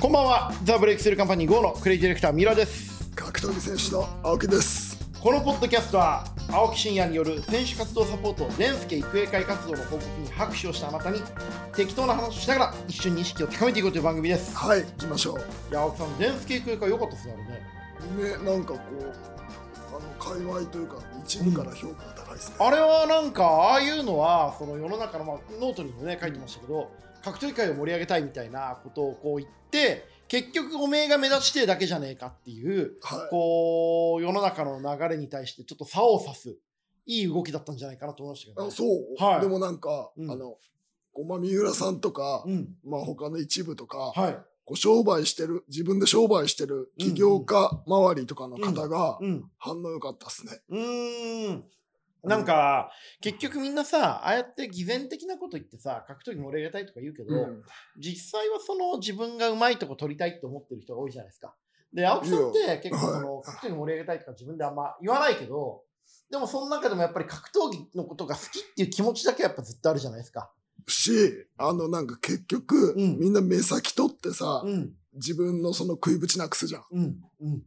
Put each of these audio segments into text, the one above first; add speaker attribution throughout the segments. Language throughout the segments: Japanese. Speaker 1: こんばんはザ・ブレイクスルーカンパニー GO のクレイジーディレクター三浦です
Speaker 2: 格闘技選手の青木です
Speaker 1: このポッドキャストは青木真也による選手活動サポート蓮介育英会活動の報告に拍手をしたあなたに適当な話をしながら一緒に意識を高めていこうという番組です
Speaker 2: はい行きましょう
Speaker 1: いや青木さん蓮介育英会良かったですねあれね
Speaker 2: ねなんかこうあの界隈というか一部から評価が高いですね、
Speaker 1: あれはなんかああいうのはその世の中の、まあ、ノートにもね書いてましたけど、格闘技界を盛り上げたいみたいなことをこう言って結局おめえが目立ちてえだけじゃねえかっていう
Speaker 2: はい
Speaker 1: こう世の中の流れに対してちょっと差を指すいい動きだったんじゃないかなと思いましたけど、
Speaker 2: あ
Speaker 1: ね
Speaker 2: そう、
Speaker 1: はい
Speaker 2: でもなんか、
Speaker 1: うん
Speaker 2: あのこうまあ三浦さんとか、
Speaker 1: うん
Speaker 2: まあ他の一部とか、
Speaker 1: はい
Speaker 2: こう商売してる自分で商売してる起業家周りとかの方が
Speaker 1: うん
Speaker 2: 反応良かったですね、
Speaker 1: うーんなんか、結局みんなさ、ああやって偽善的なこと言ってさ、格闘技盛り上げたいとか言うけど、
Speaker 2: うん
Speaker 1: 実際はその自分がうまいとこ取りたいって思ってる人が多いじゃないですか。で、青木さんって結構その格闘技盛り上げたいとか自分であんま言わないけど、でもその中でもやっぱり格闘技のことが好きっていう気持ちだけはやっぱずっとあるじゃないですか。
Speaker 2: しあのなんか結局、
Speaker 1: うん
Speaker 2: みんな目先取ってさ、
Speaker 1: うん、
Speaker 2: 自分のその食いぶちなくすじゃん
Speaker 1: うん、うん。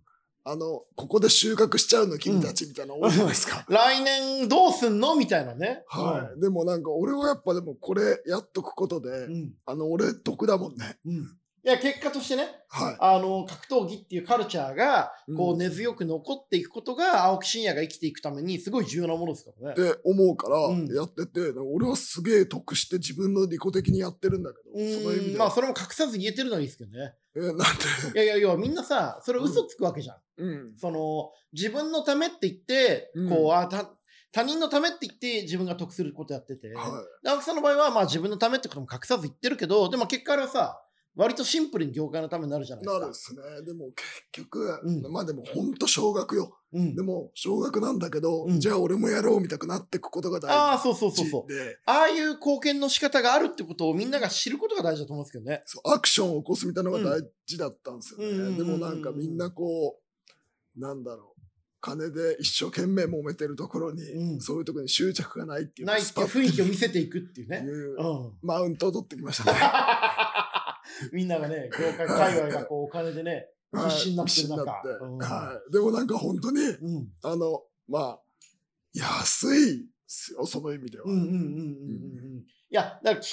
Speaker 2: あのここで収穫しちゃうの君たちみたいなの多いじゃないですか、
Speaker 1: 来年どうすんのみたいなね。
Speaker 2: はい。でもなんか俺はやっぱでもこれやっとくことで、
Speaker 1: いうん、
Speaker 2: あの俺得だもんね。
Speaker 1: うん。いや、結果としてね、
Speaker 2: はい。
Speaker 1: あの格闘技っていうカルチャーがこ
Speaker 2: う
Speaker 1: うん根強く残っていくことが青木真也が生きていくためにすごい重要なものですから
Speaker 2: っ
Speaker 1: ね。
Speaker 2: て思うから
Speaker 1: うん
Speaker 2: やってて、なんか俺はすげえ得して自分の利己的にやってるんだけど、
Speaker 1: う
Speaker 2: その意味
Speaker 1: ーん
Speaker 2: で
Speaker 1: まあ
Speaker 2: は、
Speaker 1: それも隠さず言えてるのはいいですけどね。
Speaker 2: えーなん
Speaker 1: いや
Speaker 2: で、
Speaker 1: いやいやみんなさそれ嘘つくわけじゃん。
Speaker 2: うん、
Speaker 1: その自分のためって言って
Speaker 2: うん
Speaker 1: こう、あた他人のためって言って自分が得することやってて、
Speaker 2: は。
Speaker 1: で青木さんの場合はまあ自分のためってことも隠さず言ってるけどでも結果あれはさ割とシンプルに業界のためになるじゃないいです
Speaker 2: な
Speaker 1: か。
Speaker 2: るですね。でも結局、
Speaker 1: うん
Speaker 2: まあでもほんと少額よ。
Speaker 1: うん
Speaker 2: でも少額なんだけど、
Speaker 1: うん
Speaker 2: じゃあ俺もやろうみたくなってくことが大
Speaker 1: ああそうそうそう
Speaker 2: 事
Speaker 1: そう。
Speaker 2: で、
Speaker 1: ああいう貢献の仕方があるってことをみんなが知ることが大事だと思うんですけどね。
Speaker 2: そうアクションを起こすみたいなのが大事だったんですよね。
Speaker 1: うんうんうんうん
Speaker 2: でもなんかみんなこう、なんだろう。金で一生懸命揉めてるところに、
Speaker 1: うん
Speaker 2: そういうところに執着がないっていう
Speaker 1: ないって
Speaker 2: スパッ
Speaker 1: 雰囲気を見せていくって いう
Speaker 2: てい
Speaker 1: ね。
Speaker 2: う
Speaker 1: うん、
Speaker 2: マウントを取ってきましたね。
Speaker 1: みんながね、業界界隈がこうお金でね、
Speaker 2: は
Speaker 1: 必
Speaker 2: い
Speaker 1: 死になってる中
Speaker 2: 必死になって
Speaker 1: うん
Speaker 2: はいでもなんか本当に、
Speaker 1: うん、
Speaker 2: あの、まあ、安いですよ、その意味では。
Speaker 1: うんうんうんうんうんうん。いや、だから金額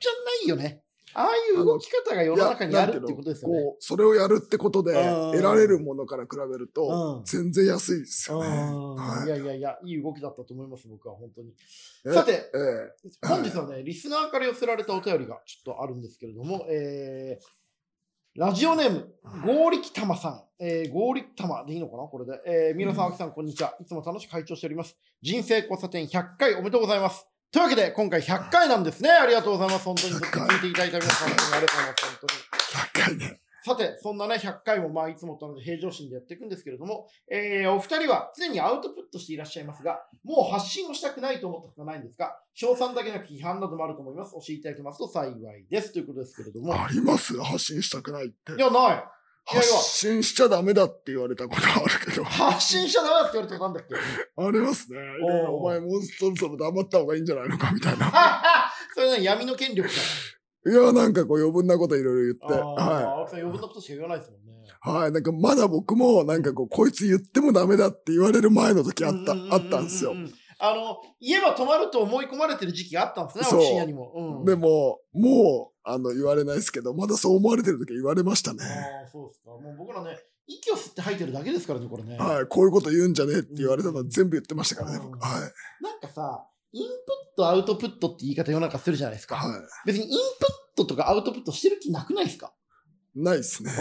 Speaker 1: じゃないよね。ああいう動き方が世の中にあるっていうことですよね。
Speaker 2: こう、それをやるってことで、
Speaker 1: うん
Speaker 2: 得られるものから比べると、
Speaker 1: うん
Speaker 2: 全然安いですよね。
Speaker 1: うん
Speaker 2: はい
Speaker 1: やいやいや、いい動きだったと思います、僕は本当に。
Speaker 2: え
Speaker 1: さて、
Speaker 2: ええ
Speaker 1: 本日はね、リスナーから寄せられたお便りがちょっとあるんですけれども、えー、ラジオネーム、ゴーリキタマさん。えー、ゴーリキタマでいいのかなこれで。えー、皆さん、秋さん、こんにちは。いつも楽しく会長しております。人生交差点100回おめでとうございます。というわけで、今回100回なんですね。ありがとうございます。本当にずっと聞いていただいた皆さん、本当にありがとうございます。本当に。
Speaker 2: 高いね。
Speaker 1: さて、そんなね、100回もまあいつもと同じ平常心でやっていくんですけれども、えーお二人は常にアウトプットしていらっしゃいますが、もう発信をしたくないと思ったことはないんですが、賞賛だけなく批判などもあると思います。教えていただけますと幸いです。ということですけれども。い
Speaker 2: あります発信したくないって。
Speaker 1: や、ない。いや
Speaker 2: 発信しちゃダメだって言われたことはあるけど。
Speaker 1: 発信しちゃダメだって言われたことなんだっけ
Speaker 2: ありますね。いろいろお前もうそろそろ黙った方がいいんじゃないのかみたいな。
Speaker 1: それね、闇の権力
Speaker 2: いや、なんかこう余分なこといろいろ
Speaker 1: だ。あ
Speaker 2: 言って。
Speaker 1: ー
Speaker 2: は
Speaker 1: 青木さん、余分なことしか言わないですもんね。
Speaker 2: い。はい。なんかまだ僕もなんかこう、こいつ言ってもダメだって言われる前の時あった、あったんですよ
Speaker 1: う。ううう。あの、言えば止まると思い込まれてる時期があったんですね、
Speaker 2: そう
Speaker 1: 青木深夜にも。うん、
Speaker 2: でも、もう、あの、言われないですけど、まだそう思われてる時は言われましたね。
Speaker 1: ああ、そうですか。もう僕らね、息を吸って吐いてるだけですからね、これね。
Speaker 2: はい。こういうこと言うんじゃねえって言われたのは全部言ってましたからね、
Speaker 1: うん
Speaker 2: 僕。はい。
Speaker 1: なんかさ、インプット、アウトプットって言い方世の中するじゃないですか。
Speaker 2: は
Speaker 1: 別にインプットとかアウトプットしてる気なくないですか
Speaker 2: い。ないですね。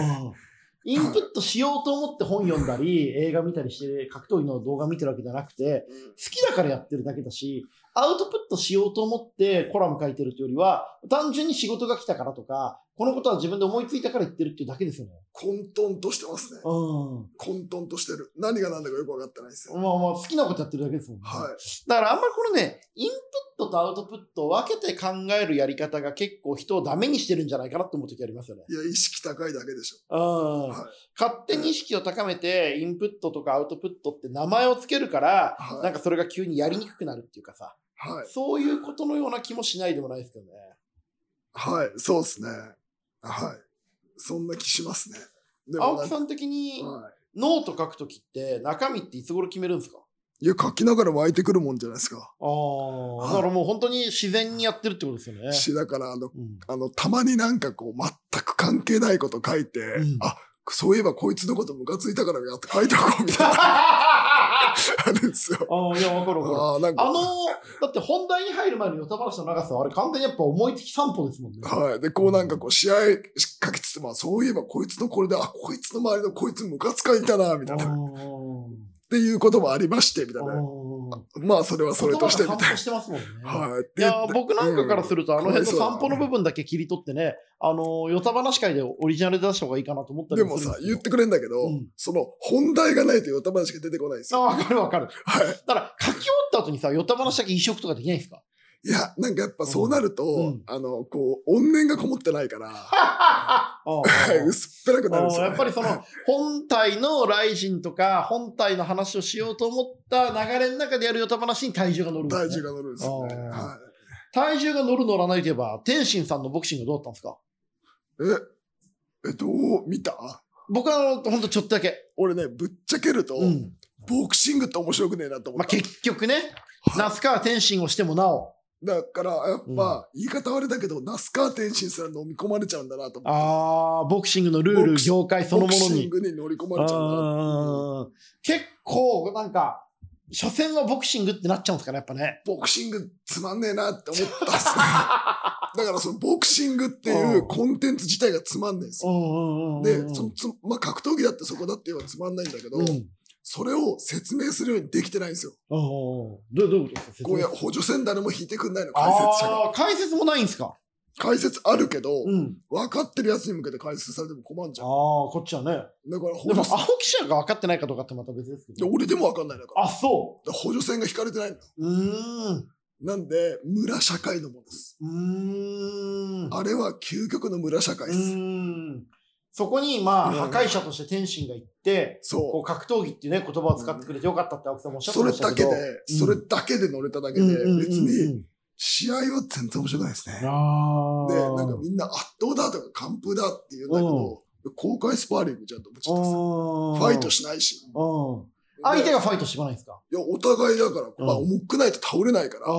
Speaker 1: インプットしようと思って本読んだ り、映画見たりして、格闘技の動画見てるわけじゃなくて、好きだからやってるだけだし、アウトプットしようと思ってコラム書いてるというよりは、単純に仕事が来たからとか、このことは自分で思いついたから言ってるっていうだけですよね。
Speaker 2: 混沌としてますね。
Speaker 1: うん。
Speaker 2: 混沌としてる。何が何だかよく分かってないですよ。
Speaker 1: まあまあ、好きなことやってるだけですもんね。
Speaker 2: はい。
Speaker 1: だからあんまりこのね、インプットとアウトプットを分けて考えるやり方が結構人をダメにしてるんじゃないかなと思う時ありますよね。
Speaker 2: いや、意識高いだけでし
Speaker 1: う
Speaker 2: ょ。
Speaker 1: ん。
Speaker 2: はい
Speaker 1: 勝手に意識を高めて、インプットとかアウトプットって名前をつけるから、
Speaker 2: はい
Speaker 1: なんかそれが急にやりにくくなるっていうかさ、
Speaker 2: はい。
Speaker 1: そういうことのような気もしないでもないですけどね。
Speaker 2: はい。そうですね。はい。そんな気しますね。でも
Speaker 1: 青
Speaker 2: な
Speaker 1: 木
Speaker 2: んか、
Speaker 1: さん的に、
Speaker 2: は
Speaker 1: ノート書くときって、中身っていつ頃決めるんですか
Speaker 2: い、いや、書きながら湧いてくるもんじゃないですか。
Speaker 1: ああ、だからもう本当に自然にやってるってことですよね。
Speaker 2: 詩だから、あの、
Speaker 1: うん
Speaker 2: あの、たまになんかこう、全く関係ないこと書いて、
Speaker 1: うん
Speaker 2: あ、そういえばこいつのことムカついたからやって書いておこうみたいなあるんですよ。
Speaker 1: ああ、いや、わかるわかる。
Speaker 2: ああ、なん
Speaker 1: あ
Speaker 2: か
Speaker 1: の、だって本題に入る前のヨタ話の長さは、あれ完全にやっぱ思いつき散歩ですもんね。
Speaker 2: はい。で、こうなんかこう、試合かけつつ、まあそういえばこいつのこれで、あ、こいつの周りのこいつムカつかいたな、みたいな。っ
Speaker 1: あ
Speaker 2: ていうこともありまして、みたい
Speaker 1: あ
Speaker 2: な。まあそれはそれとして、み
Speaker 1: 言葉が散
Speaker 2: たい
Speaker 1: 歩してますもんね。
Speaker 2: な。はい。
Speaker 1: いやー僕なんかからす
Speaker 2: る
Speaker 1: ると、あの辺の
Speaker 2: かわいそうだ
Speaker 1: 散
Speaker 2: な
Speaker 1: 歩の部分だけ切り取ってね、あのー、ヨタ話会でオリジナルで出した方がいいかなと思ったり
Speaker 2: でも
Speaker 1: するん
Speaker 2: さ、
Speaker 1: すけ
Speaker 2: 言
Speaker 1: ど
Speaker 2: ってくれんだけど、
Speaker 1: うん
Speaker 2: その、本題がないとヨタ話が出てこないんです
Speaker 1: あ
Speaker 2: よ。
Speaker 1: わかるわかる。
Speaker 2: はい。
Speaker 1: だから、書き終わった後にさ、ヨタ話だけ移植とかできないですか
Speaker 2: いや、なんかやっぱそうなると、
Speaker 1: うん
Speaker 2: あの、こう、怨念がこもってないから、
Speaker 1: ああ
Speaker 2: はい 薄っぺらくなるんですよ、ね。
Speaker 1: やっぱりその、本体のライジンとか、本体の話をしようと思った流れの中でやるヨタ話に体重が乗るんですね
Speaker 2: 体重が乗るんですよ
Speaker 1: あ
Speaker 2: ね。
Speaker 1: ー
Speaker 2: は
Speaker 1: 体重が乗る乗らないといえば、天心さんのボクシングどうだったんですか
Speaker 2: い。え、え、どう見た
Speaker 1: 僕はあのほんとちょっとだけ。
Speaker 2: 俺ね、ぶっちゃけると、
Speaker 1: うん。
Speaker 2: ボクシングって面白くねえなと思
Speaker 1: まあ、
Speaker 2: った。
Speaker 1: 結局ね、
Speaker 2: は
Speaker 1: 那須川天心をしてもなお。
Speaker 2: いだから、やっぱ、言い方悪いだけど、ナスカー天心すら飲み込まれちゃうんだなと思って。
Speaker 1: あー、ボクシングのルー
Speaker 2: ボ
Speaker 1: ル、
Speaker 2: クシ
Speaker 1: 業界その
Speaker 2: ボ
Speaker 1: も
Speaker 2: ク
Speaker 1: の
Speaker 2: シン
Speaker 1: に。
Speaker 2: グに乗り込まれちゃうんだな。
Speaker 1: あー結構、なんか、所詮はボクシングってなっちゃうんですかね、やっぱね。
Speaker 2: ボクシングつまんねえなって思ったっすね。 だから、そのボクシングっていうコンテンツ自体がつまんねえんですよで、そのつまあ、格闘技だってそこだって言えばつまんないんだけど、
Speaker 1: うん
Speaker 2: それを説明するようにできてないんですよ。
Speaker 1: ああ、どうどういうことですか
Speaker 2: こういや
Speaker 1: 説明
Speaker 2: 補助線誰も引いてくんないの、解説者が。
Speaker 1: ああ、解説もないんですか
Speaker 2: 解説あるけど、
Speaker 1: うん。
Speaker 2: 分かってるやつに向けて解説されても困んじ
Speaker 1: あ
Speaker 2: ゃ
Speaker 1: あ
Speaker 2: ん。、
Speaker 1: こっちはね。
Speaker 2: だか
Speaker 1: で
Speaker 2: ら補
Speaker 1: も、
Speaker 2: 助
Speaker 1: 青
Speaker 2: 線。
Speaker 1: 木記者が分かってないかどうかってまた別ですけ
Speaker 2: で
Speaker 1: ど。
Speaker 2: 俺でも分かんないのから。
Speaker 1: あ、そ
Speaker 2: だから補助線が引かれてないの。
Speaker 1: う。うーん。
Speaker 2: なんで、村社会のものです。
Speaker 1: うーん。
Speaker 2: あれは究極の村社会
Speaker 1: う
Speaker 2: です。
Speaker 1: ーん。そこに、まあ、
Speaker 2: うん
Speaker 1: 破壊者として天心が行って、こ
Speaker 2: そう
Speaker 1: 格闘技っていうね、言葉を使ってくれてよかったって青木さんもおっ
Speaker 2: う。
Speaker 1: しゃっ
Speaker 2: そ
Speaker 1: てま
Speaker 2: れ
Speaker 1: した
Speaker 2: だ
Speaker 1: け
Speaker 2: け
Speaker 1: ど。
Speaker 2: で、それだけで乗れただけで、別に試合は全然面白くないですね。
Speaker 1: あ
Speaker 2: で、なんかみんな圧倒だとか完封だって言うんだけど、公開スパーリングじゃんと思っちゃったんですよファイトしないし。
Speaker 1: うん。相手
Speaker 2: で
Speaker 1: がファイトしてこないんですか
Speaker 2: いや、お互いだから、まあ、
Speaker 1: うん
Speaker 2: 重くないと倒れないから、
Speaker 1: あ。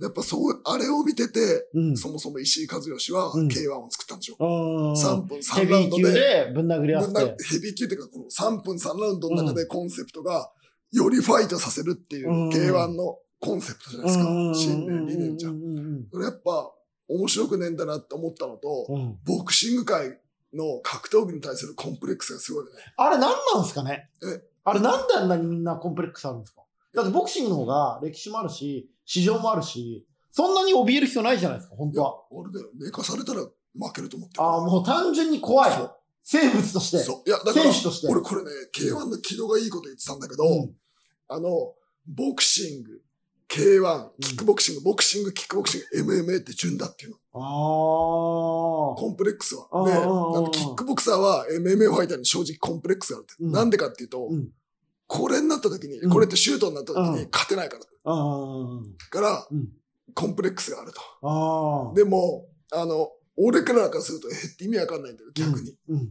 Speaker 2: やっぱそう、あれを見てて、
Speaker 1: うん。
Speaker 2: そもそも石井和義は
Speaker 1: うん
Speaker 2: K1 を作ったんでしょ。
Speaker 1: うん
Speaker 2: 3分
Speaker 1: ヘ
Speaker 2: 3
Speaker 1: ビ
Speaker 2: ラウン
Speaker 1: ー
Speaker 2: ド
Speaker 1: 級
Speaker 2: で、
Speaker 1: でぶん殴り合
Speaker 2: な
Speaker 1: っ
Speaker 2: な
Speaker 1: て。
Speaker 2: ヘビー級っていうか、この3分3ラウンドの中でコンセプトが、よりファイトさせるっていう
Speaker 1: うん
Speaker 2: K1 のコンセプトじゃないですか。新年理念じゃん。
Speaker 1: ん。
Speaker 2: それやっぱ、面白くねえんだなって思ったのと、
Speaker 1: うん
Speaker 2: ボクシング界の格闘技に対するコンプレックスがすごいよね。
Speaker 1: あれ何なんですかね
Speaker 2: え
Speaker 1: あれなんであんなにみんなコンプレックスあるんですかだってボクシングの方が歴史もあるし、市場もあるし、そんなに怯える必要ないじゃないですか、本
Speaker 2: い
Speaker 1: 当
Speaker 2: や
Speaker 1: は。、
Speaker 2: 俺だよ。寝かされたら負けると思ってる。
Speaker 1: ああ、もう単純に怖い
Speaker 2: そう。
Speaker 1: 生物として。
Speaker 2: そう。いや、だから
Speaker 1: 選、手として。
Speaker 2: 俺これね、K1 の軌道がいいこと言ってたんだけど、
Speaker 1: うん
Speaker 2: あの、ボクシング、K1、キックボクシング、ボクシング、キックボクシング、MMA って順だっていうの。
Speaker 1: ああ。
Speaker 2: コンプレックス
Speaker 1: あー
Speaker 2: は。で、
Speaker 1: あ
Speaker 2: あ
Speaker 1: ーあー
Speaker 2: のキックボクサーは MMA ファイターに正直コンプレックスがあるって。
Speaker 1: うん
Speaker 2: なんでかっていうと、
Speaker 1: うん
Speaker 2: これになった時に、
Speaker 1: うん
Speaker 2: これってシュートになった時
Speaker 1: う
Speaker 2: に勝てないから。
Speaker 1: あー
Speaker 2: から、
Speaker 1: うん
Speaker 2: コンプレックスがあると。
Speaker 1: あー。
Speaker 2: でも、あの、俺からからすると、えって意味わかんないんだよ、逆に。
Speaker 1: うん。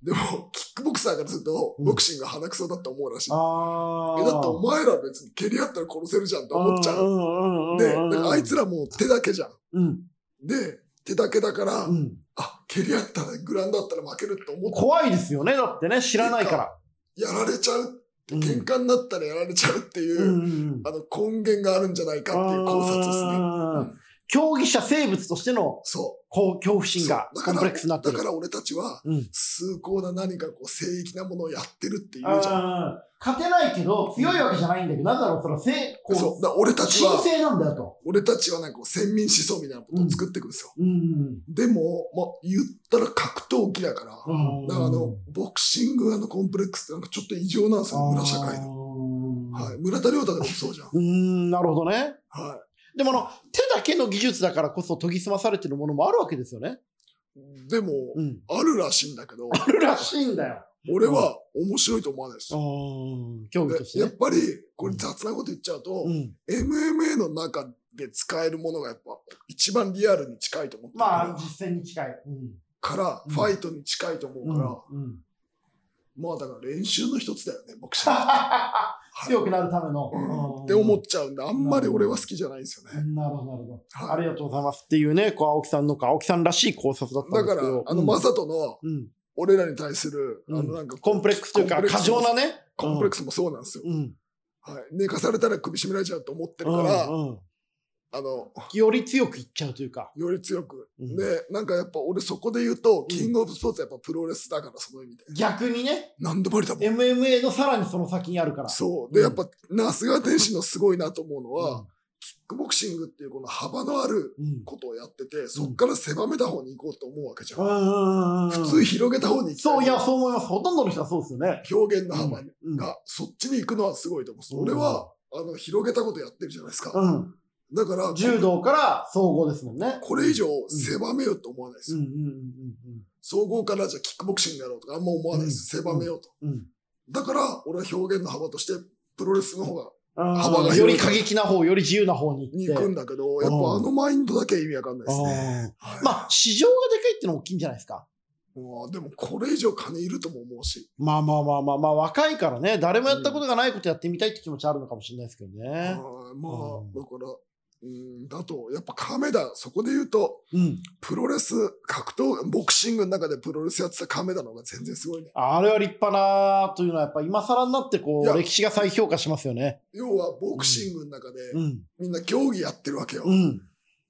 Speaker 2: でも、キックボクサーからすると、
Speaker 1: うん
Speaker 2: ボクシングは鼻くそだって思うらしい。
Speaker 1: ああ。
Speaker 2: えだってお前ら別に蹴り合ったら殺せるじゃんと思っちゃう。
Speaker 1: うん。
Speaker 2: で、だからあいつ
Speaker 1: ら。
Speaker 2: らもう手だけじゃん。
Speaker 1: うん。
Speaker 2: で、手だけだから、
Speaker 1: うん。
Speaker 2: あ、蹴り合ったらグラウンドだったら負けるって思って、
Speaker 1: 怖いですよね、だってね、知らないから。
Speaker 2: やられちゃう、
Speaker 1: うん
Speaker 2: 喧嘩になったらやられちゃうっていう、
Speaker 1: うんうん
Speaker 2: あの根源があるんじゃないかっていう考察ですね。
Speaker 1: あー
Speaker 2: うん
Speaker 1: 競技者生物としての
Speaker 2: そ
Speaker 1: こう恐怖
Speaker 2: う。
Speaker 1: 心が
Speaker 2: そう
Speaker 1: コンプレックスになって
Speaker 2: だ
Speaker 1: る
Speaker 2: か。ら俺たちは、
Speaker 1: うん
Speaker 2: 崇高な何かこう、聖域なものをやってるっていうじゃん。
Speaker 1: あー勝てないけど、強いわけじゃないんだけど、なんだろう、その、せい、
Speaker 2: そ
Speaker 1: こ
Speaker 2: う。だから俺た
Speaker 1: う、
Speaker 2: ち
Speaker 1: 神
Speaker 2: は、
Speaker 1: 聖なんだよと。
Speaker 2: 俺たちはなんかこう、先民思想みたいなことを作っていくんですよ。
Speaker 1: うん。
Speaker 2: でも、まあ、言ったら格闘技だから、
Speaker 1: うん
Speaker 2: だからあの、ボクシングのコンプレックスってなんかちょっと異常なんですよ、村社会の。
Speaker 1: は
Speaker 2: はい。。村田亮太でもそうじゃん。
Speaker 1: うーん、なるほどね。
Speaker 2: は
Speaker 1: でもあの、手だけの技術だからこそ研ぎ澄まされてるものもあるわけですよね。
Speaker 2: い。でも、
Speaker 1: うん。
Speaker 2: あるらしいんだけど、
Speaker 1: あるらしいんだよ。
Speaker 2: 俺は面白いと思わないです
Speaker 1: あ。ー競技として
Speaker 2: でやっ
Speaker 1: ね。
Speaker 2: ぱり、これ雑なこと言っちゃうと、
Speaker 1: うん。
Speaker 2: MMA の中で使えるものがやっぱ一番リアルに近いと思ってるから
Speaker 1: まあ、実践に近い。うん。
Speaker 2: からファイトに近いと思うから、
Speaker 1: うん
Speaker 2: まあだから練習の一つだよね、ボクシング。 い
Speaker 1: 強くなるための。
Speaker 2: うんって思っちゃうんで、あんまり俺は好きじゃないんですよね。
Speaker 1: なるほど、なるほど。
Speaker 2: は
Speaker 1: あ
Speaker 2: い
Speaker 1: りがとうございます。っていうね、こう、青木さんのか、青木さんらしい考察だった
Speaker 2: だ
Speaker 1: んで
Speaker 2: か
Speaker 1: すけ
Speaker 2: ら
Speaker 1: ど。、
Speaker 2: あの、
Speaker 1: うん
Speaker 2: マサトの
Speaker 1: うん
Speaker 2: 俺らに対する、あの、
Speaker 1: うん
Speaker 2: なんかこう
Speaker 1: コンプレックスというか、
Speaker 2: コンプレッ
Speaker 1: 過
Speaker 2: クス
Speaker 1: 剰なね。
Speaker 2: コンプレ
Speaker 1: ク
Speaker 2: ックスもそうなんですよ。
Speaker 1: ス。うん。
Speaker 2: はい。寝かされたら首絞められちゃうと思ってるか
Speaker 1: う
Speaker 2: ら、
Speaker 1: んうん
Speaker 2: あの、
Speaker 1: より強くいっちゃうというか。
Speaker 2: より強く。
Speaker 1: うん
Speaker 2: で、なんかやっぱ俺そこで言うと、キングオブスポーツはやっぱプロレスだから、その意味で。
Speaker 1: 逆にね、
Speaker 2: 何でもありだもん。
Speaker 1: MMA のさらにその先にあるから。
Speaker 2: そう。
Speaker 1: う
Speaker 2: で、
Speaker 1: ん
Speaker 2: やっぱ、那須川天心のすごいなと思うのは、
Speaker 1: う
Speaker 2: キックボクシングっていうこの幅のある
Speaker 1: ん。うん。
Speaker 2: ことをやってて、そっから狭めた方に行こうと思うわけじゃ
Speaker 1: う
Speaker 2: ん。
Speaker 1: ん
Speaker 2: 普通広げた方に行きた
Speaker 1: そう、いや、そう思います。ほとんどの人はそうですよね。
Speaker 2: 表現の幅が、
Speaker 1: うん。
Speaker 2: そっちに行くのはすごいと思う。
Speaker 1: うん
Speaker 2: 俺は、あの、広げたことやってるじゃないですか。
Speaker 1: うん。
Speaker 2: だから、
Speaker 1: 柔道から総合ですもんね。
Speaker 2: これ以上狭めようと思わないです
Speaker 1: うん
Speaker 2: よ。
Speaker 1: うん
Speaker 2: 総合からじゃあキックボクシングやろうとかあんま思わないです。
Speaker 1: うん
Speaker 2: 狭めようと。
Speaker 1: うんうんうん。
Speaker 2: だから、俺は表現の幅として、プロレスの方が
Speaker 1: うん。
Speaker 2: 幅が広い
Speaker 1: より過激な方、より自由な方に
Speaker 2: に
Speaker 1: 行
Speaker 2: 行
Speaker 1: って。
Speaker 2: くんだけど、やっぱあのマインドだけ意味わかんないですね。
Speaker 1: あ
Speaker 2: は
Speaker 1: ー
Speaker 2: い
Speaker 1: まあ、市場がでかいってのは大きいんじゃないですか。
Speaker 2: もうでもこれ以上金いるとも思うし、
Speaker 1: まあまあまあまあまあ、若いからね、誰もやったことがないことやってみたいって気持ちあるのかもしれないですけど
Speaker 2: あ
Speaker 1: ね。
Speaker 2: ーまあ
Speaker 1: うん
Speaker 2: だから、うん、だとやっぱ亀田そこで言うと
Speaker 1: うん。
Speaker 2: プロレス格闘ボクシングの中でプロレスやってた亀田の方が全然すごいね
Speaker 1: あれは立派なというのは、やっぱ今更になって、こ、
Speaker 2: いうや
Speaker 1: 歴史が再評価しますよね。
Speaker 2: 要はボクシングの中で
Speaker 1: うん。
Speaker 2: みんな競技やってるわけよ、
Speaker 1: うん。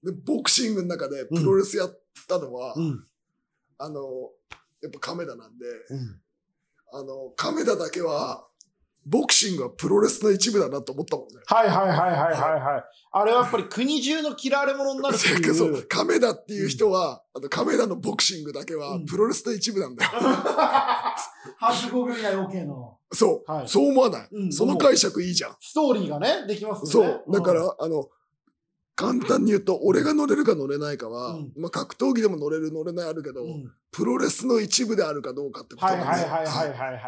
Speaker 2: でボクシングの中でプロレスやったのは、
Speaker 1: うん。
Speaker 2: あのやっぱ亀田なんで
Speaker 1: うん。
Speaker 2: あの亀田だけはボクシングはプロレスの一部だなと思ったもんね
Speaker 1: はいはいはいはいはいはい。あれはやっぱり国中の嫌われ者になるってい。
Speaker 2: そうう亀田っていう人は、あの亀田のボクシングだけは
Speaker 1: うん
Speaker 2: プロレスの一部なん だよ。
Speaker 1: 反復組が OK の。
Speaker 2: そう、
Speaker 1: はい
Speaker 2: そう思わない、
Speaker 1: うん
Speaker 2: その解釈いいじゃん。
Speaker 1: ストーリーがね、できます
Speaker 2: そ
Speaker 1: よね。
Speaker 2: う。だから、、あの、簡単に言うと、俺が乗れるか乗れないかは、
Speaker 1: うん
Speaker 2: まあ格闘技でも乗れる乗れないあるけど、
Speaker 1: うん
Speaker 2: プロレスの一部であるかどうかってこと
Speaker 1: は
Speaker 2: ないん
Speaker 1: は
Speaker 2: だ
Speaker 1: い
Speaker 2: よ
Speaker 1: はいはい
Speaker 2: は
Speaker 1: はいはい。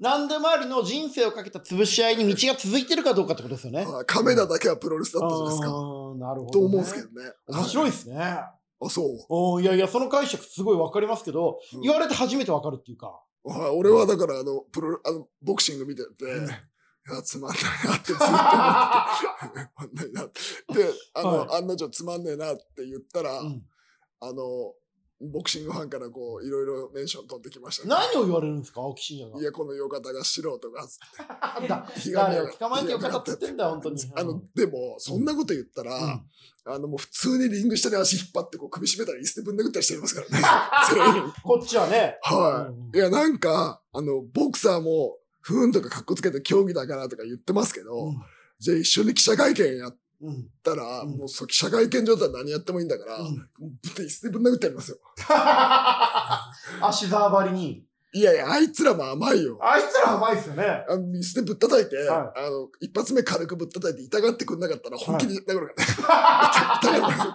Speaker 1: 何でもありの人生をかけた潰し合いに道が続いてるかどうかってことですよね。
Speaker 2: いはい亀田だけはプロレスだったじゃないです
Speaker 1: あ
Speaker 2: か。
Speaker 1: ーなるほど、ね。
Speaker 2: と思うんですけどね。
Speaker 1: 面
Speaker 2: は
Speaker 1: 白いですね。
Speaker 2: いあ、そう。
Speaker 1: おーいやいや、その解釈すごいわかりますけど、
Speaker 2: うん
Speaker 1: 言われて初めてわかるっていうか。
Speaker 2: はい俺はだから、あの、プロ、あの、ボクシング見てて、
Speaker 1: うん
Speaker 2: いや、つまんないなってずっと思って て、つまんないなって。で、あの、
Speaker 1: は
Speaker 2: 案の定つまんねえなって言ったら、
Speaker 1: うん
Speaker 2: あの、ボクシングファンからこう、いろいろメンション飛んできました、
Speaker 1: 何を言われるんですか、青木真也が
Speaker 2: い。や、このよかたが素人が、つって
Speaker 1: あだ
Speaker 2: ひがみ
Speaker 1: 誰
Speaker 2: や
Speaker 1: を
Speaker 2: が
Speaker 1: 捕まえてよかったって言ってんだよ、本当に。
Speaker 2: あ
Speaker 1: う
Speaker 2: の
Speaker 1: ん、
Speaker 2: でも、そんなこと言ったら、あの、もう普通にリング下に足引っ張って、こう、首絞めたり、椅子でぶん殴ったりしてますからね。 それ
Speaker 1: こっちはね。
Speaker 2: はい。
Speaker 1: うん
Speaker 2: いや、なんか、あの、ボクサーも、ふーんとかかっこつけて競技だからとか言ってますけど、
Speaker 1: うん
Speaker 2: じゃあ一緒に記者会見やっ
Speaker 1: うんうん
Speaker 2: たら、
Speaker 1: うん
Speaker 2: もうそう記者会見状態何やってもいいんだから、
Speaker 1: うん
Speaker 2: もうぶって椅子でぶん殴ってやりますよ。
Speaker 1: 足沢張りに。
Speaker 2: いやいや、あいつらも甘いよ。
Speaker 1: あいつら甘いっすよね。
Speaker 2: あの椅子でぶったたいて、
Speaker 1: は
Speaker 2: あの、一発目軽くぶったたいて痛がってくんなかったら本気に殴るからね。痛くな る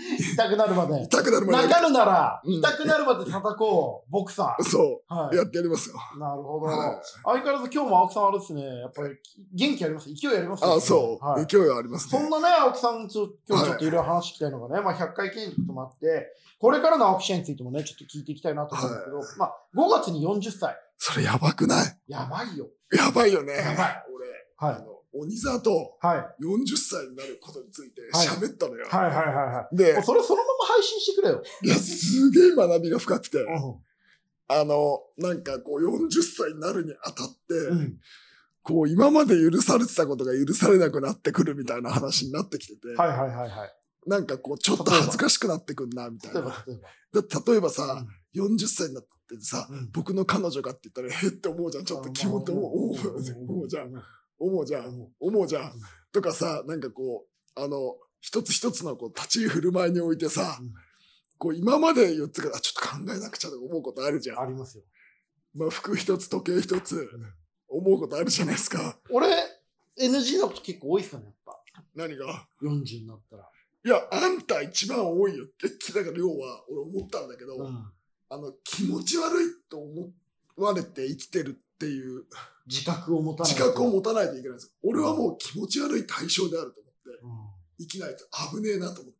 Speaker 1: 痛くなるまで。
Speaker 2: 痛くなるま
Speaker 1: な
Speaker 2: でや
Speaker 1: かるなら、
Speaker 2: うん
Speaker 1: 痛くなるまで叩こう、ボクサ
Speaker 2: る。そ
Speaker 1: ー。は
Speaker 2: う、
Speaker 1: い。
Speaker 2: やってやりますよ。
Speaker 1: なるほど。
Speaker 2: はい
Speaker 1: 相変わらず今日も青木さんあれですね、やっぱり元気あります、勢いありますよね。
Speaker 2: ああ、そう、
Speaker 1: はい。
Speaker 2: 勢いはあります
Speaker 1: そん
Speaker 2: ね。
Speaker 1: なね、青木さんと今日ちょっといろいろ話聞きたいのがね、まあ100回記念ということもあって、これからの青木氏についてもね、ちょっと聞いていきたいなと思うんですけど、まあ5月に40歳。
Speaker 2: それやばくない
Speaker 1: やばいよ。
Speaker 2: やばいよね。
Speaker 1: やばい。
Speaker 2: 俺、
Speaker 1: は
Speaker 2: あ
Speaker 1: い。
Speaker 2: の、鬼沢と、
Speaker 1: はい。
Speaker 2: 40歳になることについて
Speaker 1: はい
Speaker 2: 喋ったのよ。
Speaker 1: はいはいはいは
Speaker 2: で
Speaker 1: い。もう、それそのまま配信してくれよ。
Speaker 2: いや、すげえ学びが深くて、
Speaker 1: う
Speaker 2: あの、なんかこう40歳になるにあたって、
Speaker 1: ん。
Speaker 2: こう今まで許されてたことが許されなくなってくるみたいな話になってきてて、
Speaker 1: はいはいはいはい。
Speaker 2: なんかこうちょっと恥ずかしくなってくんな、みたい
Speaker 1: 例
Speaker 2: な。
Speaker 1: えば
Speaker 2: だ
Speaker 1: 例え
Speaker 2: 例えば
Speaker 1: ば
Speaker 2: さ、。40歳になってさ、
Speaker 1: うん
Speaker 2: 僕の彼女がって言ったら、えって思うじゃん。ちょっと気持ち思う思う思うじゃん。。思うじゃん。思うじゃん。とかさ、なんかこう、あの、一つ一つのこう立ち居振る舞いにおいてさ、
Speaker 1: うん
Speaker 2: こう今まで言ってから、あちょっと考えなくちゃとか思うことあるじゃん。
Speaker 1: ありますよ。
Speaker 2: まあ服一つ、時計一つ、思うことあるじゃないですか。
Speaker 1: 俺、NG なこと結構多いっすかね、やっぱ。
Speaker 2: 何が。
Speaker 1: 40になったら。
Speaker 2: いや、あんた一番多いよって、だから要は、俺思ったんだけど、
Speaker 1: うん
Speaker 2: あの、気持ち悪いと思われて生きてるっていう
Speaker 1: 自覚を持たない。
Speaker 2: 自覚を持たないといけないんですよ。俺はもう気持ち悪い対象であると思って、
Speaker 1: うん
Speaker 2: 生きないと危ねえなと思って。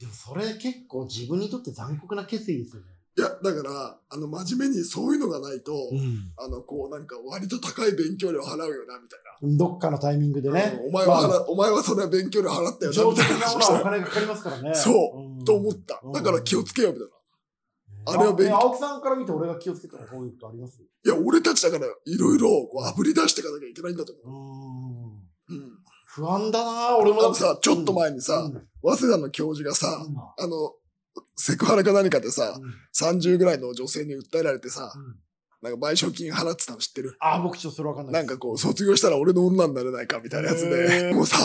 Speaker 1: でもそれ結構自分にとって残酷な決意ですよね。
Speaker 2: いや、だから、あの、真面目にそういうのがないと、あの、こう、なんか、割と高い勉強料払うよな、みたい
Speaker 1: う
Speaker 2: な。
Speaker 1: ん。どっかのタイミングでね。
Speaker 2: うんお前は払、お前はそれは勉強料払ったよな、
Speaker 1: 上
Speaker 2: みた
Speaker 1: 等
Speaker 2: いな
Speaker 1: な
Speaker 2: 話
Speaker 1: もの
Speaker 2: をし
Speaker 1: はお
Speaker 2: たら、
Speaker 1: 金がかかりますからね。。
Speaker 2: そうと思った
Speaker 1: うん。
Speaker 2: だから気をつけよ、みた
Speaker 1: あ
Speaker 2: いな。あれは勉強
Speaker 1: 青木さんから見て俺が気をつけたらこういうことあります
Speaker 2: いや、俺たちだから、いろいろ、こう、炙り出していかなきゃいけないんだと思
Speaker 1: うん。
Speaker 2: う。うん。
Speaker 1: 不安だな俺も
Speaker 2: あ
Speaker 1: だっ
Speaker 2: の
Speaker 1: て
Speaker 2: さ、ちょっと前にさ、
Speaker 1: うん
Speaker 2: 早稲田の教授がさ、
Speaker 1: う
Speaker 2: あの、セクハラか何かでさ、
Speaker 1: んうん
Speaker 2: 30ぐらいの女性に訴えられてさ
Speaker 1: う、ん
Speaker 2: なんか賠償金払ってたの知ってる
Speaker 1: あ、僕ちょっとそれわかんないで
Speaker 2: な
Speaker 1: す。
Speaker 2: んかこう、卒業したら俺の女になれないかみたいなやつ
Speaker 1: へ
Speaker 2: で、
Speaker 1: ー
Speaker 2: もうさ、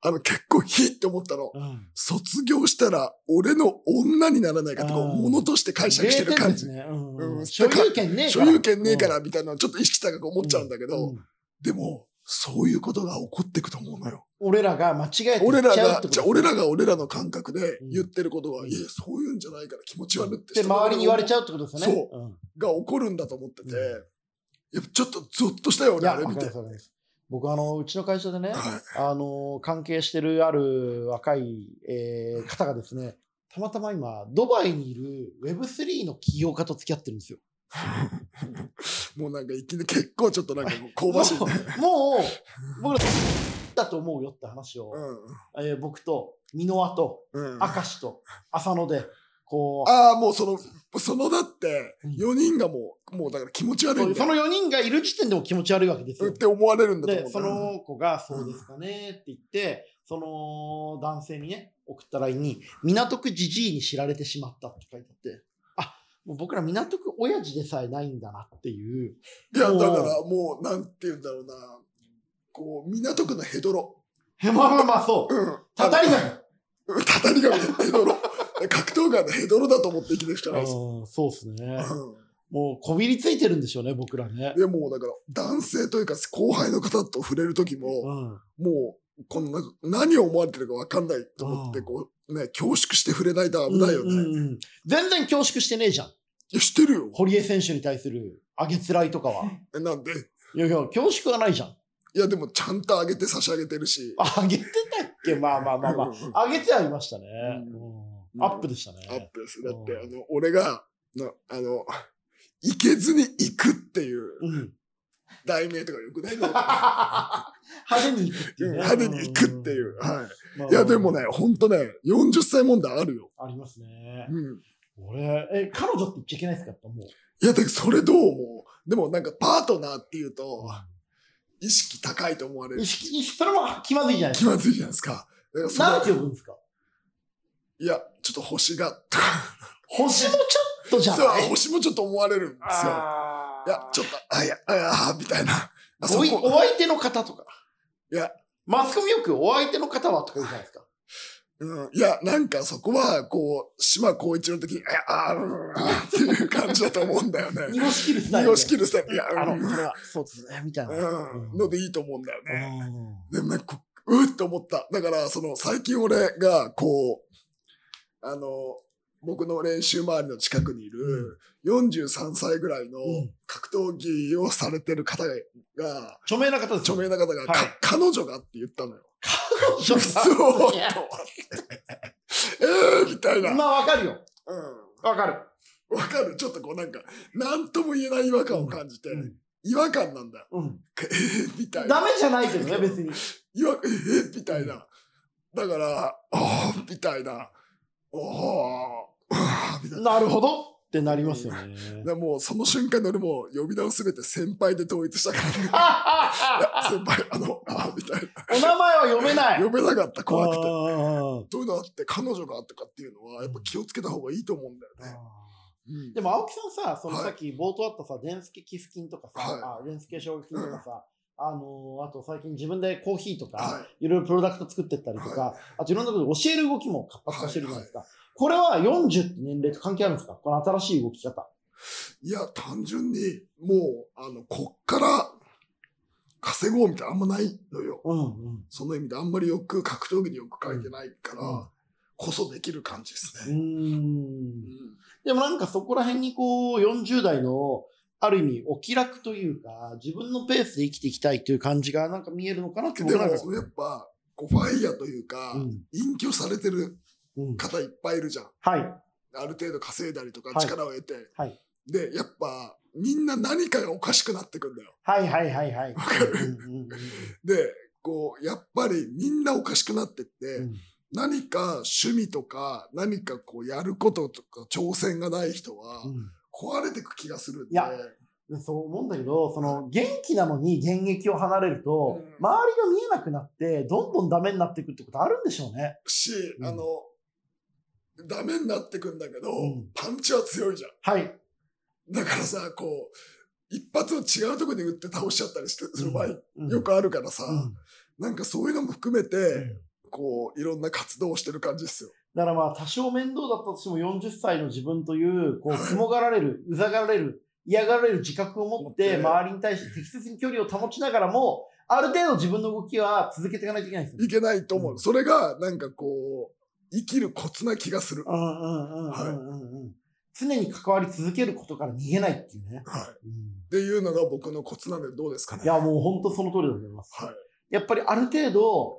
Speaker 2: あの結構ひって思ったの。
Speaker 1: うんうん
Speaker 2: 卒業したら俺の女にならないかってこ
Speaker 1: あー
Speaker 2: う、物として解釈してる感じ
Speaker 1: 0。点ですねうんうん
Speaker 2: うん
Speaker 1: 所有権ねえか
Speaker 2: 所
Speaker 1: ら。
Speaker 2: 有権ねえか
Speaker 1: う
Speaker 2: らみたいなのちょっと意識高く思っちゃうんだけ
Speaker 1: ん、
Speaker 2: ど
Speaker 1: う、ん
Speaker 2: でも、そういうことが起こってくと思うのよ。
Speaker 1: 俺らが間違えて
Speaker 2: 俺
Speaker 1: 言
Speaker 2: ら
Speaker 1: っちゃうっ
Speaker 2: が
Speaker 1: てこ、と
Speaker 2: じゃあ俺らが俺らの感覚で
Speaker 1: うん
Speaker 2: 言ってることは、
Speaker 1: うん
Speaker 2: いや、そういうんじゃないから気持ち悪って
Speaker 1: で周りに言われちゃ
Speaker 2: ゃ
Speaker 1: うってことですよね。
Speaker 2: そ
Speaker 1: うん
Speaker 2: う。が起こるんだと思ってて、
Speaker 1: うん
Speaker 2: やっぱちょっとゾッとしたよ、
Speaker 1: い
Speaker 2: 俺、
Speaker 1: や、
Speaker 2: あ
Speaker 1: わ
Speaker 2: れ
Speaker 1: かり
Speaker 2: 見て。
Speaker 1: ますわかります。僕、あの、うちの会社でね、
Speaker 2: はい
Speaker 1: あの、関係してるある若い、えー方がですね、たまたま今、ドバイにいる Web3 の起業家と付き合ってるんですよ。
Speaker 2: もうなんかいきなり結構ちょっとなんかこう香ばしいね。
Speaker 1: もう、もう僕ら、だと思うよって話を、えー僕と、箕輪と、
Speaker 2: うん。うん。
Speaker 1: 明石と、浅野で、こう、
Speaker 2: ああ、もうその、そのだって
Speaker 1: うん、
Speaker 2: 4人がもう、もうだから気持ち悪いんだ
Speaker 1: その
Speaker 2: よ
Speaker 1: 4人がいる時点でも気持ち悪いわけですよ
Speaker 2: っ。て思われるんだと
Speaker 1: で、
Speaker 2: 思
Speaker 1: そう
Speaker 2: な。
Speaker 1: の子が、そうですかねって言って、その男性にね、送った LINE に、港区じじいに知られてしまったって書いてあって、あ、もう僕ら港区親父でさえないんだなっていう。
Speaker 2: いや、だからもう、なんて言うんだろうな。こう、港区のヘドロ。
Speaker 1: へ まあまあまあ、そう。
Speaker 2: うん。
Speaker 1: たたりだよ。
Speaker 2: うんたたり神のヘドロ。格闘家のヘドロだと思って生きてきたから。う
Speaker 1: うんそうですね。
Speaker 2: ん
Speaker 1: もうこびりついてるんでしょうね、僕らね。
Speaker 2: でもうだから、男性というか後輩の方と触れる時
Speaker 1: う
Speaker 2: も、
Speaker 1: ん。
Speaker 2: もう、こんな、何を思われてるかわかんないと思って、
Speaker 1: うん
Speaker 2: こう、ね、恐縮して触れないと危ないよね。
Speaker 1: うんうんうん全然恐縮してねえじゃん。
Speaker 2: いや、してるよ。
Speaker 1: 堀江選手に対するあげつらいと かは。
Speaker 2: えなんで。
Speaker 1: いやいや、恐縮がないじゃん。
Speaker 2: いや、でも、ちゃんと上げて差し上げてるし。
Speaker 1: あげてたっけまあまあまあまあ
Speaker 2: うんうんうん。
Speaker 1: 上げてはいましたね。
Speaker 2: う
Speaker 1: うんアップでしたね。
Speaker 2: アップです。だって、
Speaker 1: うん
Speaker 2: あの、俺が、なあの、行けずに行くっていう
Speaker 1: うん。
Speaker 2: 題名とかよくないの
Speaker 1: 派手に行くっていううんね。
Speaker 2: 派手に行くっていう。
Speaker 1: ん
Speaker 2: は
Speaker 1: まあ
Speaker 2: い。いや、でもね、ほんとね、40歳問題あるよ。
Speaker 1: ありますね
Speaker 2: う。ん。
Speaker 1: 俺、え、彼女って言っちゃいけないですかやっぱもう。
Speaker 2: いや、だからそれどう思うでも、なんか、パートナーっていうと、意識高いと思われる
Speaker 1: 意。識、意識それも気まずいじゃない
Speaker 2: 気
Speaker 1: で
Speaker 2: まずいじゃないですか。だから
Speaker 1: す
Speaker 2: そ
Speaker 1: か。
Speaker 2: の
Speaker 1: なんて呼ぶんですか
Speaker 2: いや、ちょっと星が、とか、
Speaker 1: 星もちょっとじゃ
Speaker 2: そう
Speaker 1: ない
Speaker 2: 星もちょっと思われるんですよ。
Speaker 1: あ
Speaker 2: いや、ちょっと、あ、いや、ああ、みたいな。あそ
Speaker 1: おい
Speaker 2: こ、
Speaker 1: お相手の方とか。
Speaker 2: いや、
Speaker 1: マスコミよくお相手の方はとか言うじゃないですか。
Speaker 2: うん、いや、なんかそこは、こう、島光一の時に、いや、あーうんあーっていう感じだと思うんだ よね。
Speaker 1: 濁しきるスタイルで。
Speaker 2: 濁しきるスタイル。いや、
Speaker 1: あの、
Speaker 2: う
Speaker 1: それは、そうですね、みたいな。
Speaker 2: ん、うん、のでいいと思うんだよね。
Speaker 1: うん
Speaker 2: でもね、こううーって思った。だから、その、最近俺が、こう、あの、僕の練習周りの近くにいる、43歳ぐらいの
Speaker 1: うん
Speaker 2: 格闘技をされてる方が、
Speaker 1: 著名な方です
Speaker 2: 著
Speaker 1: よ。
Speaker 2: 名な方が、か
Speaker 1: はい
Speaker 2: 彼女がって言ったのよ。
Speaker 1: 著名
Speaker 2: そうと思って
Speaker 1: いや。
Speaker 2: えー、みたいな。
Speaker 1: まあわかるよ。
Speaker 2: うん。
Speaker 1: わかる。
Speaker 2: わかるちょっとこうなんか、なんとも言えない違和感を感じて、違和感なんだ。
Speaker 1: うん。
Speaker 2: えー、 みたい
Speaker 1: ダ
Speaker 2: な。
Speaker 1: メじゃないけどね、別に。
Speaker 2: 違和 えー、みたいな。だから、あー、みたいな。おー、あーみたいな。
Speaker 1: なるほどってなりますよね。
Speaker 2: でもうその瞬間に俺も呼び名をすべて先輩で統一したから、ねいや、先輩、あの、あー、みたい
Speaker 1: お名前は読めな
Speaker 2: な。
Speaker 1: い。
Speaker 2: 呼べなかった、怖くて。
Speaker 1: く
Speaker 2: そういうのあって、彼女がとかっていうのは、やっぱ気をつけた方がいいと思うんだよね。うん
Speaker 1: でも青木さんさ、その
Speaker 2: はい
Speaker 1: さっき冒頭あったさ、デンスケ寄付金とかさ
Speaker 2: は、
Speaker 1: あデンスケ奨学金とかさ、あのー、あと最近自分でコーヒーとか、
Speaker 2: はい
Speaker 1: ろいろプロダクト作ってったりと
Speaker 2: は
Speaker 1: か、あといろんなことで教える動きも活発化してるじゃないですか。これは40って年齢と関係あるんですかこの新しい動き方。
Speaker 2: いや、単純に、もう、あの、こっから、稼ごうみたいな、あんまないのよ。
Speaker 1: うんうん。
Speaker 2: その意味で、あんまりよく、格闘技によく書いてないから、
Speaker 1: うん
Speaker 2: こそできる感じです
Speaker 1: う
Speaker 2: ね。
Speaker 1: ん
Speaker 2: う。ん
Speaker 1: でもなんかそこら辺にこう、40代の、ある意味、お気楽というか、自分のペースで生きていきたいという感じがなんか見えるのかなって
Speaker 2: で
Speaker 1: 僕
Speaker 2: も、
Speaker 1: なん
Speaker 2: や
Speaker 1: か。
Speaker 2: っぱ、こうファイヤーというか、
Speaker 1: うん
Speaker 2: 隠居されてる
Speaker 1: うん
Speaker 2: 方いっぱいいるじゃん。
Speaker 1: はい。
Speaker 2: ある程度稼いだりとか
Speaker 1: はい
Speaker 2: 力を得て。
Speaker 1: はい
Speaker 2: で、やっぱ、みんな何かがおかしくなってくんだよ。
Speaker 1: はいはいはいはい。
Speaker 2: わかる
Speaker 1: うんうん
Speaker 2: で、こう、やっぱりみんなおかしくなってって、
Speaker 1: うんうん
Speaker 2: 何か趣味とか、何かこうやることとか挑戦がない人は、
Speaker 1: うん
Speaker 2: 壊れてく気がするんで。
Speaker 1: いやでそう思うんだけど、その、元気なのに現役を離れると、
Speaker 2: うん
Speaker 1: 周りが見えなくなって、どんどんダメになっていくってことあるんでしょうね。
Speaker 2: し、
Speaker 1: うん
Speaker 2: あの、ダメになってくんだけど、
Speaker 1: うん
Speaker 2: パンチは強いじゃん。
Speaker 1: はい。
Speaker 2: だからさ、こう、一発を違うとこに打って倒しちゃったりしてする場合、
Speaker 1: うん
Speaker 2: よくあるからさ、
Speaker 1: うん
Speaker 2: なんかそういうのも含めて、
Speaker 1: うん
Speaker 2: こう、いろんな活動をしてる感じですよ。
Speaker 1: だからまあ、多少面倒だったとしても40歳の自分という、こう、つもがられ る、うざがられる、嫌がられる自覚を持って、
Speaker 2: 持って
Speaker 1: 周りに対して適切に距離を保ちながらも、ある程度自分の動きは続けていかないといけないんですよ
Speaker 2: い
Speaker 1: ね。
Speaker 2: けないと思う。
Speaker 1: うん
Speaker 2: それが、なんかこう、生きるコツな気がする。
Speaker 1: う
Speaker 2: は
Speaker 1: んうんうんうんうんうん。常に関わり続けることから逃げないっていうね。
Speaker 2: い。っ
Speaker 1: うん
Speaker 2: ていうのが僕のコツなんでどうですかね。
Speaker 1: いや、もう本当その通りだと思います。
Speaker 2: はい。
Speaker 1: やっぱりある程度、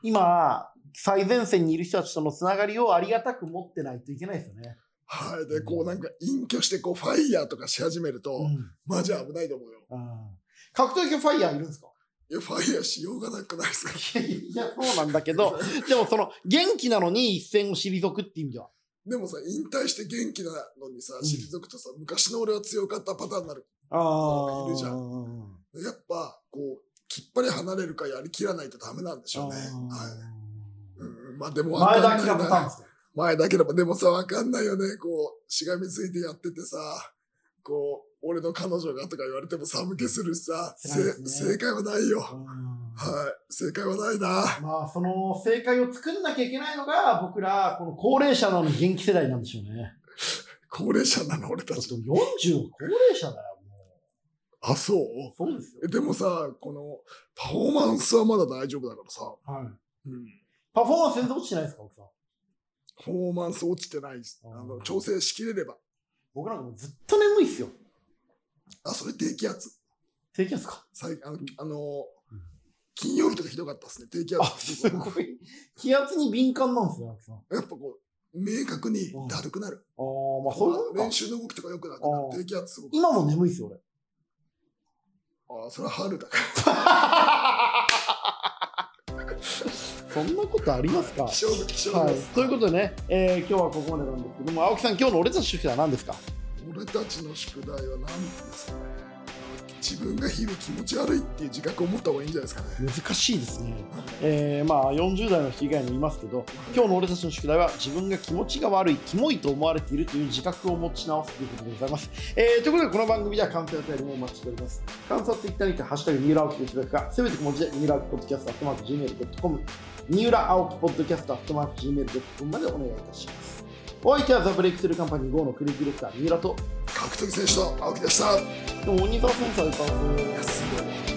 Speaker 1: 今、最前線にいる人たちとのつながりをありがたく持ってないといけないですよね。
Speaker 2: はい。で、こうなんか隠居して、こう、ファイヤーとかし始めると、
Speaker 1: うん
Speaker 2: マジ危ないと思うよ。
Speaker 1: うん格闘技ファイヤーいるんですか
Speaker 2: いや、ファイヤーしようがなくないですか
Speaker 1: い やいや、そうなんだけ ど、でもその、元気なのに一線を退くって意味では。
Speaker 2: でもさ、引退して元気なのにさ、
Speaker 1: うん
Speaker 2: 退くとさ、昔の俺は強かったパターンになる。
Speaker 1: あ
Speaker 2: ーいるじゃん
Speaker 1: ん。
Speaker 2: やっぱ、こう、きっぱり離れるかやりきらないとダメなんでしょうね。はい。うん、まあでも
Speaker 1: 前だけが
Speaker 2: な
Speaker 1: パターン
Speaker 2: い
Speaker 1: で
Speaker 2: な。
Speaker 1: すね
Speaker 2: 前だければ、でもさ、わかんないよね。こう、しがみついてやっててさ、こう、俺の彼女がとか言われても寒気するしさ、
Speaker 1: 辛いですね
Speaker 2: せ正解はないよ。はい。正解はないな。
Speaker 1: まあ、その正解を作んなきゃいけないのが、僕ら、この高齢者なのに元気世代なんでしょうね。
Speaker 2: 高齢者なの、俺
Speaker 1: だ
Speaker 2: た
Speaker 1: って40
Speaker 2: ち。
Speaker 1: は高齢者だよ、も
Speaker 2: あ、そう
Speaker 1: う。そうですよ
Speaker 2: え。でもさ、この、パフォーマンスはまだ大丈夫だからさ、
Speaker 1: はい。
Speaker 2: うん、
Speaker 1: パフォーマンス全然落ちてないですか、奥さん。
Speaker 2: パフォーマンス落ちてないし
Speaker 1: あ
Speaker 2: あ
Speaker 1: ー
Speaker 2: の、調整しきれれば。
Speaker 1: 僕なんかもうずっと眠いっすよ。
Speaker 2: あ、それ低気圧。
Speaker 1: 低気圧か。
Speaker 2: 最あの、あの金曜日とかひどかったですね、低気
Speaker 1: あ、
Speaker 2: 圧。
Speaker 1: すごい。 気圧に敏感なんですね、奥さん。ああ、
Speaker 2: やっぱこう、明確にだるくなる。
Speaker 1: まあそういうもん
Speaker 2: まあ
Speaker 1: か
Speaker 2: 練。習の動きとか良くなって
Speaker 1: あー
Speaker 2: 低気圧すごく。
Speaker 1: 今も眠いっすよ、俺。
Speaker 2: ああ、それは春だから。
Speaker 1: そんなことありますか。
Speaker 2: 気象部、気象部
Speaker 1: はい
Speaker 2: です、
Speaker 1: ということでね、えー今日はここまでなんですけども、青木さん、今日の俺たち主婦は何ですか。
Speaker 2: 俺たちの宿題は何ですかね。自分が日々気持ち悪いっていう自覚を持った方がいいんじゃないですかね。
Speaker 1: 難しいですね。えーまあ、40代の人以外にもいますけど、今日の俺たちの宿題は自分が気持ちが悪い、キモいと思われているという自覚を持ち直すということでございます。えーということで、この番組では感想やお便りもお待ちしております。感想は Twitter にて、ハッシュタグ、三浦青木ですか、せめて小文字で、三浦青木ポッドキャスト、アットマーク、gmail.com、三浦青木ポッドキャスト、アットマーク、gmail.com までお願いいたします。お相手はザ・ブレイクスルーカンパニー GO のクリークディレクター、三浦と、
Speaker 2: 格闘技選手と青木でした。い
Speaker 1: でも鬼沢センサーで歌うぞ
Speaker 2: や、すごい。